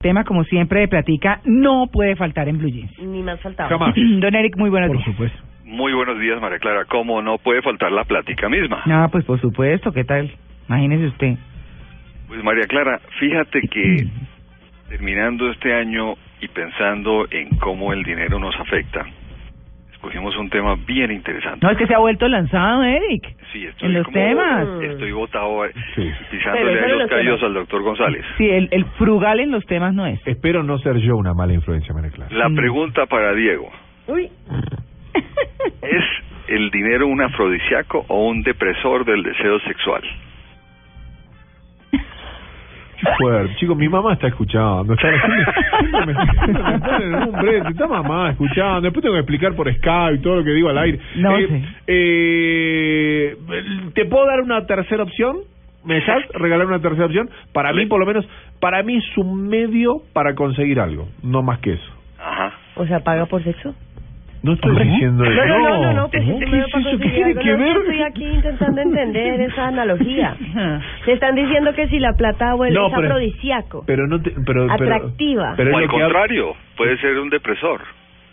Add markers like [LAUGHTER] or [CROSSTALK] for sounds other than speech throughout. tema, como siempre, de platica, no puede faltar en Blue Jeans. Ni más faltaba. Jamás. [CLEARS THROAT] Don Eric, muy buenos Por días. supuesto. Muy buenos días, María Clara. ¿Cómo no puede faltar la plática misma? No, pues por supuesto, ¿qué tal? Imagínese usted. Pues María Clara, fíjate que terminando este año y pensando en cómo el dinero nos afecta, escogimos un tema bien interesante. No, es que se ha vuelto lanzado, Eric. Sí, estoy en los como- temas. Estoy botado eh, Sí. Pero pisándole ahí eso no los lo callos tenemos. al doctor González. Sí, el, el frugal en los temas no es. Espero no ser yo una mala influencia, María Clara. La Mm. pregunta para Diego, Uy. ¿es el dinero un afrodisíaco o un depresor del deseo sexual? Qué fuerte. Chicos, mi mamá está escuchando. Está siempre me- siempre me ponen en un brete. eh, Está mamá escuchando. Después tengo que explicar por Skype todo lo que digo al aire. No Eh, sé. eh, ¿Te puedo dar una tercera opción? ¿Me dejas regalar una tercera opción? Para mí, por lo menos, para mí es un medio para conseguir algo. No más que eso. Ajá. O sea, paga por sexo. No estoy diciendo No, eso. no, no, no, no, pues ¿Qué si te me va es a eso? ¿Qué conseguir tiene algo, que no, ver? yo Estoy aquí intentando entender esa [LAUGHS] [LAUGHS] analogía. Te están diciendo que si la plata vuelve No, es pero- afrodisíaco. Pero no te- pero, pero- Atractiva. Pero, o al es lo que hablo- contrario, puede ser un depresor.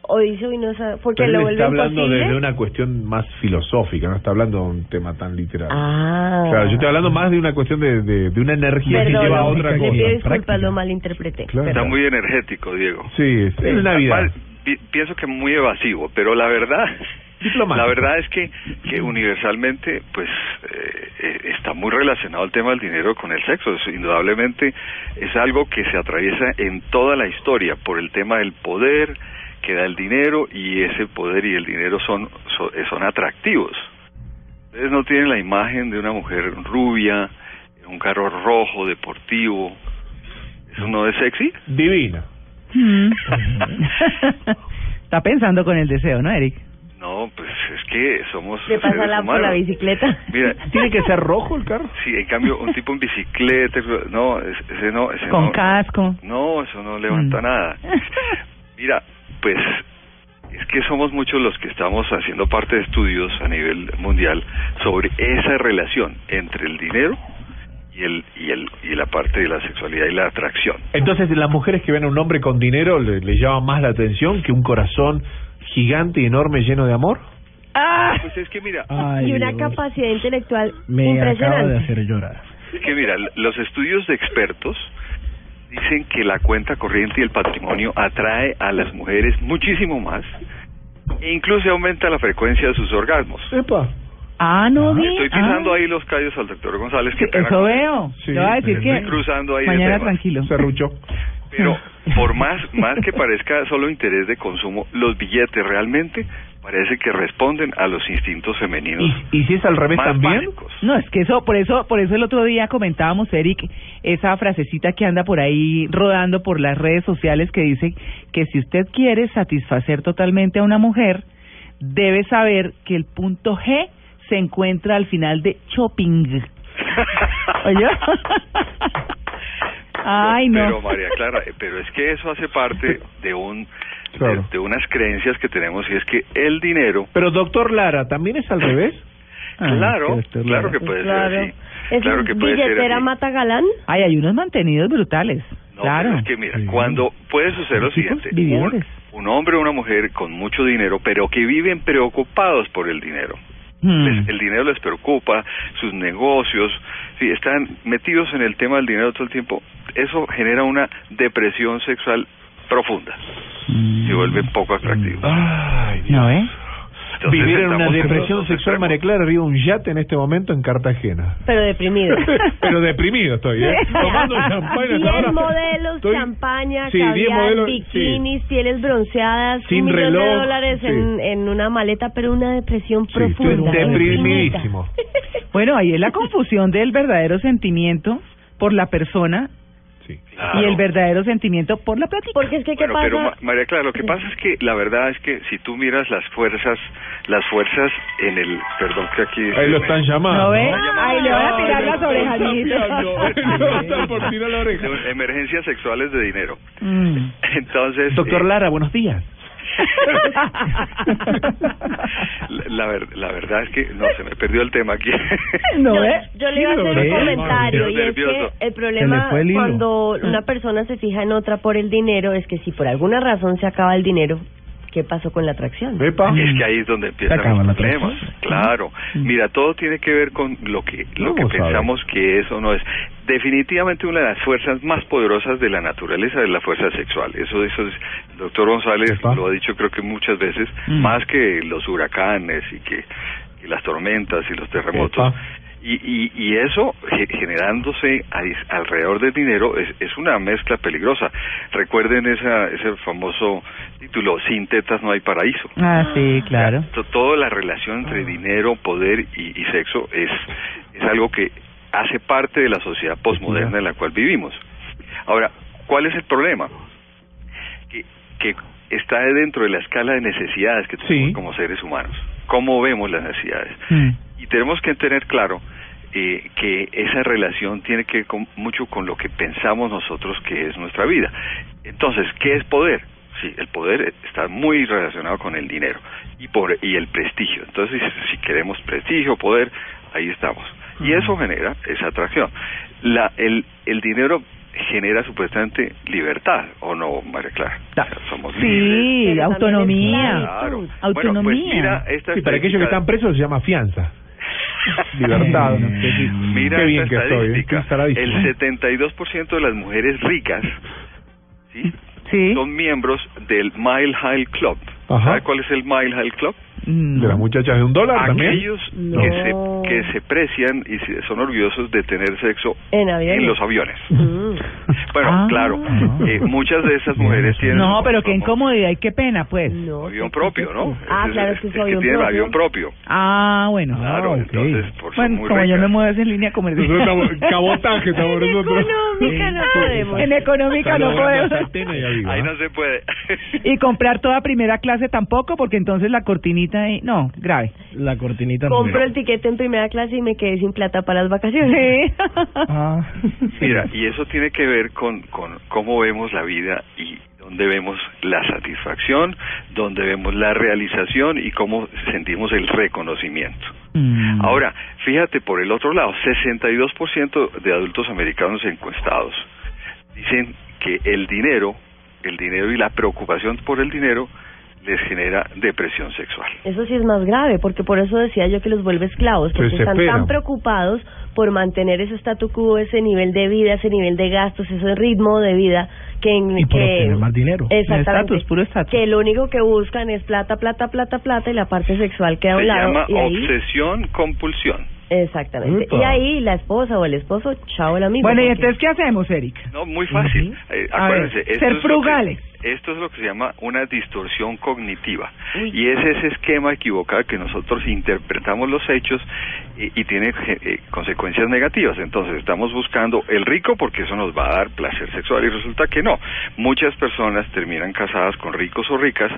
o dice, uy, no sabe, porque Pero él lo vuelve está hablando imposible. desde una cuestión más filosófica, no está hablando de un tema tan literal. Ah. Claro, yo estoy hablando más de una cuestión de, de, de una energía Perdón, que lleva a lo- otra le cosa. pido disculpas, práctica. lo malinterpreté. Claro. Está muy energético, Diego. Sí, es, es Navidad. Aparte, pi- pienso que muy evasivo, pero la verdad, Diplomático. la verdad es que, que universalmente, pues, eh, eh, está muy relacionado el tema del dinero con el sexo. Es- indudablemente es algo que se atraviesa en toda la historia por el tema del poder que da el dinero y ese poder y el dinero son son, son atractivos. Ustedes no tienen la imagen de una mujer rubia, en un carro rojo deportivo. ¿Eso no es sexy? Divina. Mm. [LAUGHS] Está pensando con el deseo, ¿no, Eric? No, pues es que somos. Le pasa seres la- por humanos. la bicicleta. Mira, ¿Tiene que ser rojo el carro? sí, en cambio, un tipo en bicicleta, no, es- ese no. Ese Con no, casco. No, eso no levanta Mm. nada. Mira, pues es que somos muchos los que estamos haciendo parte de estudios a nivel mundial sobre esa relación entre el dinero y el y el y la parte de la sexualidad y la atracción. Entonces, las mujeres que ven a un hombre con dinero le, le llama más la atención que un corazón gigante y enorme lleno de amor. ¡Ah! Pues es que mira, Ay, [LAUGHS] y una Dios. capacidad intelectual Me acaba de impresionante. hacer llorar. Es que mira, l- los estudios de expertos dicen que la cuenta corriente y el patrimonio atrae a las mujeres muchísimo más e incluso aumenta la frecuencia de sus orgasmos. Epa. Ah, no vi. Estoy pisando Ah. ahí los callos al doctor González. Sí, que pena eso con él. veo. Sí, Le voy a decir me que estoy cruzando ahí de mañana temas. tranquilo. Serrucho. Pero por más, más que parezca solo interés de consumo, los billetes realmente parece que responden a los instintos femeninos. ¿Y, y si es al revés más también? básicos. No, es que eso, por eso, por eso el otro día comentábamos, Eric, esa frasecita que anda por ahí rodando por las redes sociales que dice que si usted quiere satisfacer totalmente a una mujer, debe saber que el punto G se encuentra al final de shopping. [LAUGHS] ¿Oye? Ay, no. Pero María Clara, eh, pero es que eso hace parte de un de- Claro. de, unas creencias que tenemos y es que el dinero, Pero, doctor Lara, ¿también es al revés? Ay, Ah. claro, qué doctor claro Lara. que puede claro. ser así. ¿Es Claro un que puede ser billetera así. mata galán? Ay, hay unos mantenidos brutales. No, claro. pero es que mira, Sí. cuando puede suceder lo Los chicos siguiente, vividores. un, un hombre o una mujer con mucho dinero, pero que viven preocupados por el dinero. Hmm. Les- el dinero les preocupa, sus negocios, si están metidos en el tema del dinero todo el tiempo, eso genera una depresión sexual profunda y vuelve poco atractivo. Ay, Dios. ¿No eh? ve? Entonces, Vivir en una estamos los depresión dos sexual, extremos. María Clara, arriba de un yate en este momento [LAUGHS] en Cartagena. Pero [LAUGHS] deprimido. Pero deprimido [LAUGHS] estoy, ¿eh? Tomando champagne hasta ahora. Diez modelos, Estoy- champaña, Sí, diez caviar, modelos, sí. bikinis, pieles bronceadas, Sin un millón de reloj, dólares sí. en, en una maleta, pero una depresión Sí, estoy profunda. deprimidísimo. infinita. Bueno, ahí es [LAUGHS] la confusión del verdadero sentimiento por la persona Sí. Claro. y el verdadero sentimiento por la plática. Porque es que, ¿qué Bueno, pasa? pero Ma- María Clara, lo que pasa es que la verdad es que si tú miras las fuerzas, las fuerzas en el, perdón que aquí Ahí lo [LAUGHS] están llamando. ¿No ve? ¿no? Ay, le van a tirar las orejas. [LAUGHS] No, están por tirar la oreja. emergencias sexuales de dinero. [LAUGHS] Mm. Entonces, Doctor eh, Lara, buenos días. [LAUGHS] La, la ver- la verdad es que no se me perdió el tema aquí. No, yo, ¿eh? yo le iba a hacer Sí, un no, comentario no, y es que nervioso. el Se problema le fue el hilo. Ah. cuando una persona se fija en otra por el dinero es que si por alguna razón se acaba el dinero, ¿qué pasó con la atracción? Epa. Es que ahí es donde empiezan acaba los la problemas. atracción. Claro. Mira, todo tiene que ver con lo que lo que Mm. Vamos a ver. pensamos que es o no es. Definitivamente una de las fuerzas más poderosas de la naturaleza es la fuerza sexual. Eso, eso es, el doctor González Epa. lo ha dicho creo que muchas veces, Mm. más que los huracanes y que y las tormentas y los terremotos. Epa. Y, y, y eso ge- generándose al- alrededor del dinero es, es una mezcla peligrosa. Recuerden esa, ese famoso título, sin tetas no hay paraíso. Ah, sí, claro. Ah. To- Toda la relación entre dinero, poder y, y sexo es, es algo que hace parte de la sociedad posmoderna en la cual vivimos. Ahora, ¿cuál es el problema? Que, que está dentro de la escala de necesidades que tenemos Sí. como seres humanos. ¿Cómo vemos las necesidades? Mm. Y tenemos que tener claro eh, que esa relación tiene que ver con- mucho con lo que pensamos nosotros que es nuestra vida. Entonces, ¿qué es poder? Sí, el poder está muy relacionado con el dinero y, por, y el prestigio. Entonces, [LAUGHS] si queremos prestigio, poder, ahí estamos. Y eso genera esa atracción. La, el, el dinero genera supuestamente libertad, ¿o no, María Clara? Da- O sea, somos libres. Sí, Pero también autonomía. es Claro. Bueno, pues Autonomía. mira, esta Sí, para aquellos que estadística- están presos se llama fianza. [LAUGHS] Libertad. Mm. Qué- qué- Mira qué bien esta que estoy. ¿eh? estadística. Estoy zaradísimo. el 72% de las mujeres ricas ¿sí? Sí. son miembros del Mile High Club. Ajá. ¿Sabe cuál es el Mile High Club? De las muchachas de un dólar también. Aquellos No. que, se, que se precian y se- son orgullosos de tener sexo En aviones. en los aviones. [LAUGHS] Mm. Bueno, Ah. claro, eh, muchas de esas mujeres tienen... No, pero qué famoso incomodidad y qué pena, pues. No, Avión qué propio, ¿no? tristeza. Ah, claro, es que es su avión tienen propio. avión propio. Ah, bueno. Claro, Ah, ok. entonces, por ser Bueno, muy como yo ricas. me muevo es en línea comercial. [LAUGHS] Nosotros estamos- cabotaje estamos En nosotros. económica no podemos. en económica no Saludando a podemos. Santena y a Viva. Ahí no se puede. [LAUGHS] Y comprar toda primera clase tampoco, porque entonces la cortinita ahí... No, grave. La cortinita Compro el tiquete en primera clase y me quedé sin plata para las vacaciones. [LAUGHS] [LAUGHS] Ah. Mira, y eso tiene que ver con, con cómo vemos la vida y dónde vemos la satisfacción, dónde vemos la realización y cómo sentimos el reconocimiento. Mm. Ahora, fíjate por el otro lado, 62% de adultos americanos encuestados dicen que el dinero, el dinero y la preocupación por el dinero les genera depresión sexual. Eso sí es más grave, porque por eso decía yo que los vuelve esclavos, Pero porque se están esperan. tan preocupados por mantener ese statu quo, ese nivel de vida, ese nivel de gastos, ese ritmo de vida que en- Y por que- obtener más dinero. Exactamente. Estatus, puro estatus. Que lo único que buscan es plata, plata, plata, plata y la parte sexual queda a Se un lado llama y ahí obsesión compulsión. exactamente. Epa. Y ahí la esposa o el esposo, chao el amigo. Bueno, ¿y porque- entonces qué hacemos, Eric? No, muy fácil. Ujú. Eh, A acuérdense, ver, esto ser es lo que- frugales. esto es lo que se llama una distorsión cognitiva. Uy. Y es ese esquema equivocado que nosotros interpretamos los hechos eh, y, tiene eh, eh, consecuencias negativas. Entonces, estamos buscando el rico porque eso nos va a dar placer sexual y resulta que no. Muchas personas terminan casadas con ricos o ricas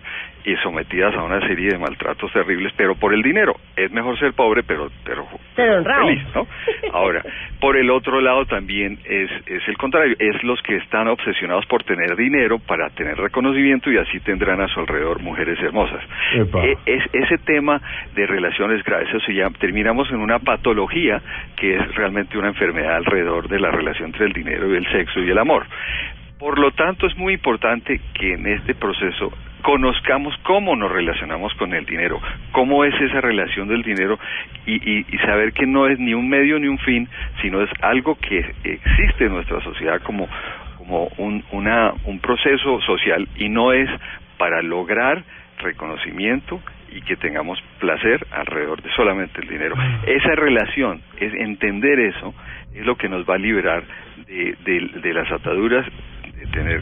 y sometidas a una serie de maltratos terribles, pero por el dinero. Es mejor ser pobre, pero pero, Pero honrado. feliz, ¿no? [LAUGHS] Ahora, por el otro lado también es, es el contrario, es los que están obsesionados por tener dinero para tener reconocimiento y así tendrán a su alrededor mujeres hermosas. Epa. E- es, ese tema de relaciones graves, eso ya terminamos en una patología que es realmente una enfermedad alrededor de la relación entre el dinero y el sexo y el amor. Por lo tanto, es muy importante que en este proceso conozcamos cómo nos relacionamos con el dinero, cómo es esa relación del dinero y, y- y saber que no es ni un medio ni un fin, sino es algo que existe en nuestra sociedad como, como un, una, un proceso social y no es para lograr reconocimiento y que tengamos placer alrededor de solamente el dinero. Esa relación, es entender eso, es lo que nos va a liberar de, de- de las ataduras, de tener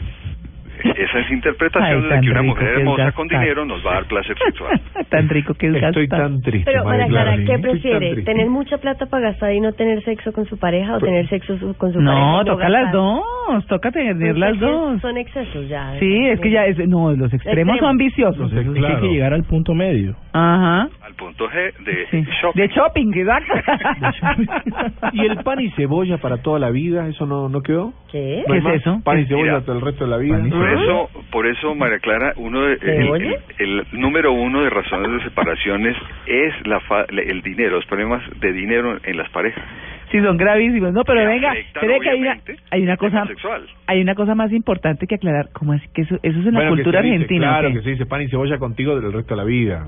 esas interpretaciones Ay, de tan que una rico mujer que es hermosa con gastar. dinero nos va a dar placer sexual. [LAUGHS] tan rico que es Estoy gastar. tan triste. Pero, María María Clara, Clara, ¿qué estoy tan prefiere? triste. ¿Tener mucha plata para gastar y no tener sexo con su pareja o Pero- tener sexo su- con su pareja? y No, toca gastar? las dos, toca tener Son las excesos- dos. Pues Son excesos ya. ¿eh? Sí, es que ya, es, no, los extremos son Extremos. viciosos. Los ex- Entonces, hay Claro. que llegar al punto medio. Ajá. Al punto G de sí. shopping. De shopping, exacto. [LAUGHS] [LAUGHS] ¿Y el pan y cebolla para toda la vida? ¿Eso no, no quedó? ¿Qué? ¿No ¿Qué hay es más? eso? Pan y cebolla Mira. hasta el resto de la vida. Pan y No Por eso, por eso, María Clara, uno de, ¿Me el, oye? el- el número uno de razones de separaciones es la fa- el dinero, los problemas de dinero en las parejas. Sí, son gravísimos. No, pero Que venga, afectan, cree que hay una, obviamente, hay una cosa tema sexual. hay una cosa más importante que aclarar. ¿Cómo es que eso, eso es en la Bueno, que cultura se dice, argentina? Claro, ¿o qué? que se dice pan y cebolla contigo del resto de la vida.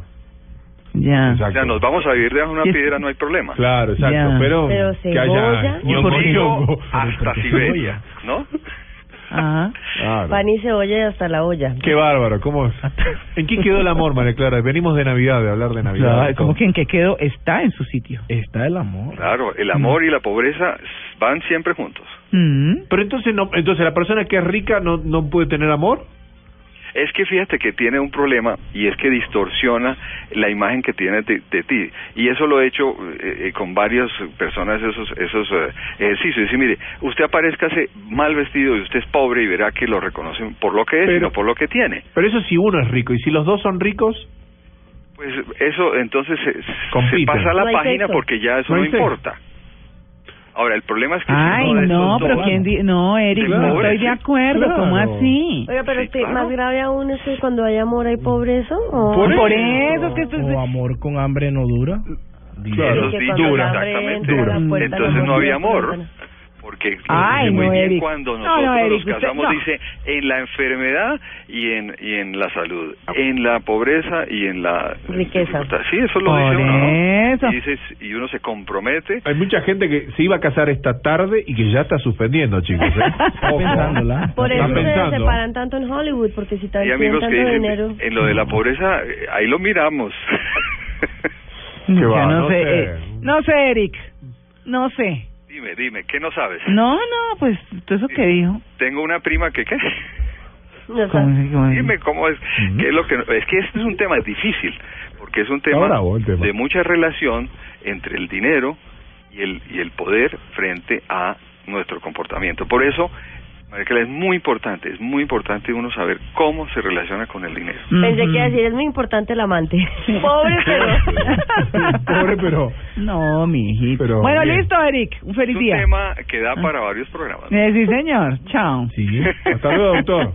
Ya. O sea, nos vamos a vivir debajo de una Y- piedra, no hay problema. Claro, exacto. Ya. Pero, Pero que haya cebolla. guión ¿Por qué? [LAUGHS] contigo Hasta Siberia, ¿no? Ajá. Claro. Pan y cebolla y hasta la olla. Qué bárbaro, ¿cómo? ¿En qué quedó el amor, María Clara? Venimos de Navidad, de hablar de Eh, Navidad. Ay, como que en qué quedó está en su sitio. Está el amor. Claro, el amor y la pobreza van siempre juntos. Mm. Pero entonces, no, entonces la persona que es rica no, no puede tener amor. Es que fíjate que tiene un problema y es que distorsiona la imagen que tiene de, de ti. Y eso lo he hecho eh, eh, con varias personas, esos, esos eh, ejercicios. Dice, mire, usted aparezcase mal vestido y usted es pobre y verá que lo reconocen por lo que es, Pero- y no por lo que tiene. Pero eso si uno es rico y si los dos son ricos, Pues eso entonces se, se Compiten. pasa a la No hay página sexo. porque ya eso No no, hay sexo. importa. Ahora, el problema es que... si Ay, uno de no, esos pero dos- quién di- no, Eric, Claro, no estoy de sí, acuerdo, ¿cómo claro. así? Oiga, pero Sí, es que claro. más grave aún es que cuando hay amor hay pobreza. ¿o? Por, Por eso es que esto O amor con hambre no dura. Claro, Eso que sí, cuando dura, el hambre exactamente. entra a la dura. puerta, Entonces el no había entra a la amor. ventana. Porque Ay, dice muy no, bien Eric. cuando No, nosotros no, Eric, nos usted- casamos no. dice en la enfermedad y en y en la salud, en la pobreza y en la Riqueza. dificultad. Sí, eso lo Por dice uno. ¿no? eso. Y, dices- y uno se compromete. hay mucha gente que se iba a casar esta tarde y que ya está suspendiendo, chicos. ¿eh? Está Ojo. pensándola. Por Está eso se pensando. separan tanto en Hollywood, porque si Y también tienen amigos tanto que dicen, dinero. en lo de la pobreza, eh, ahí lo miramos. [LAUGHS] Qué Yo va, no, no sé, sé. eh, no sé, Eric, no sé. dime, dime, ¿qué no sabes? No, no, pues todo eso que dijo. Tengo una prima que, ¿qué? No, o sea, ¿Cómo es- cómo es? Dime cómo es, qué es lo que no- es que este es un tema difícil, porque es un tema, bravo el tema. de mucha relación entre el dinero y el y el poder frente a nuestro comportamiento. Por eso, María Clara, es muy importante, es muy importante uno saber cómo se relaciona con el dinero. Pensé que Ujú. iba a decir, es muy importante el amante. [LAUGHS] Pobre, pero... Pobre, pero- No, mi hijito. Pero bueno, bien. listo, Eric. Un Es feliz un día. Ah. tema que da para varios programas. ¿no? Eh, sí, señor. Chao. Sí. Hasta luego, doctor.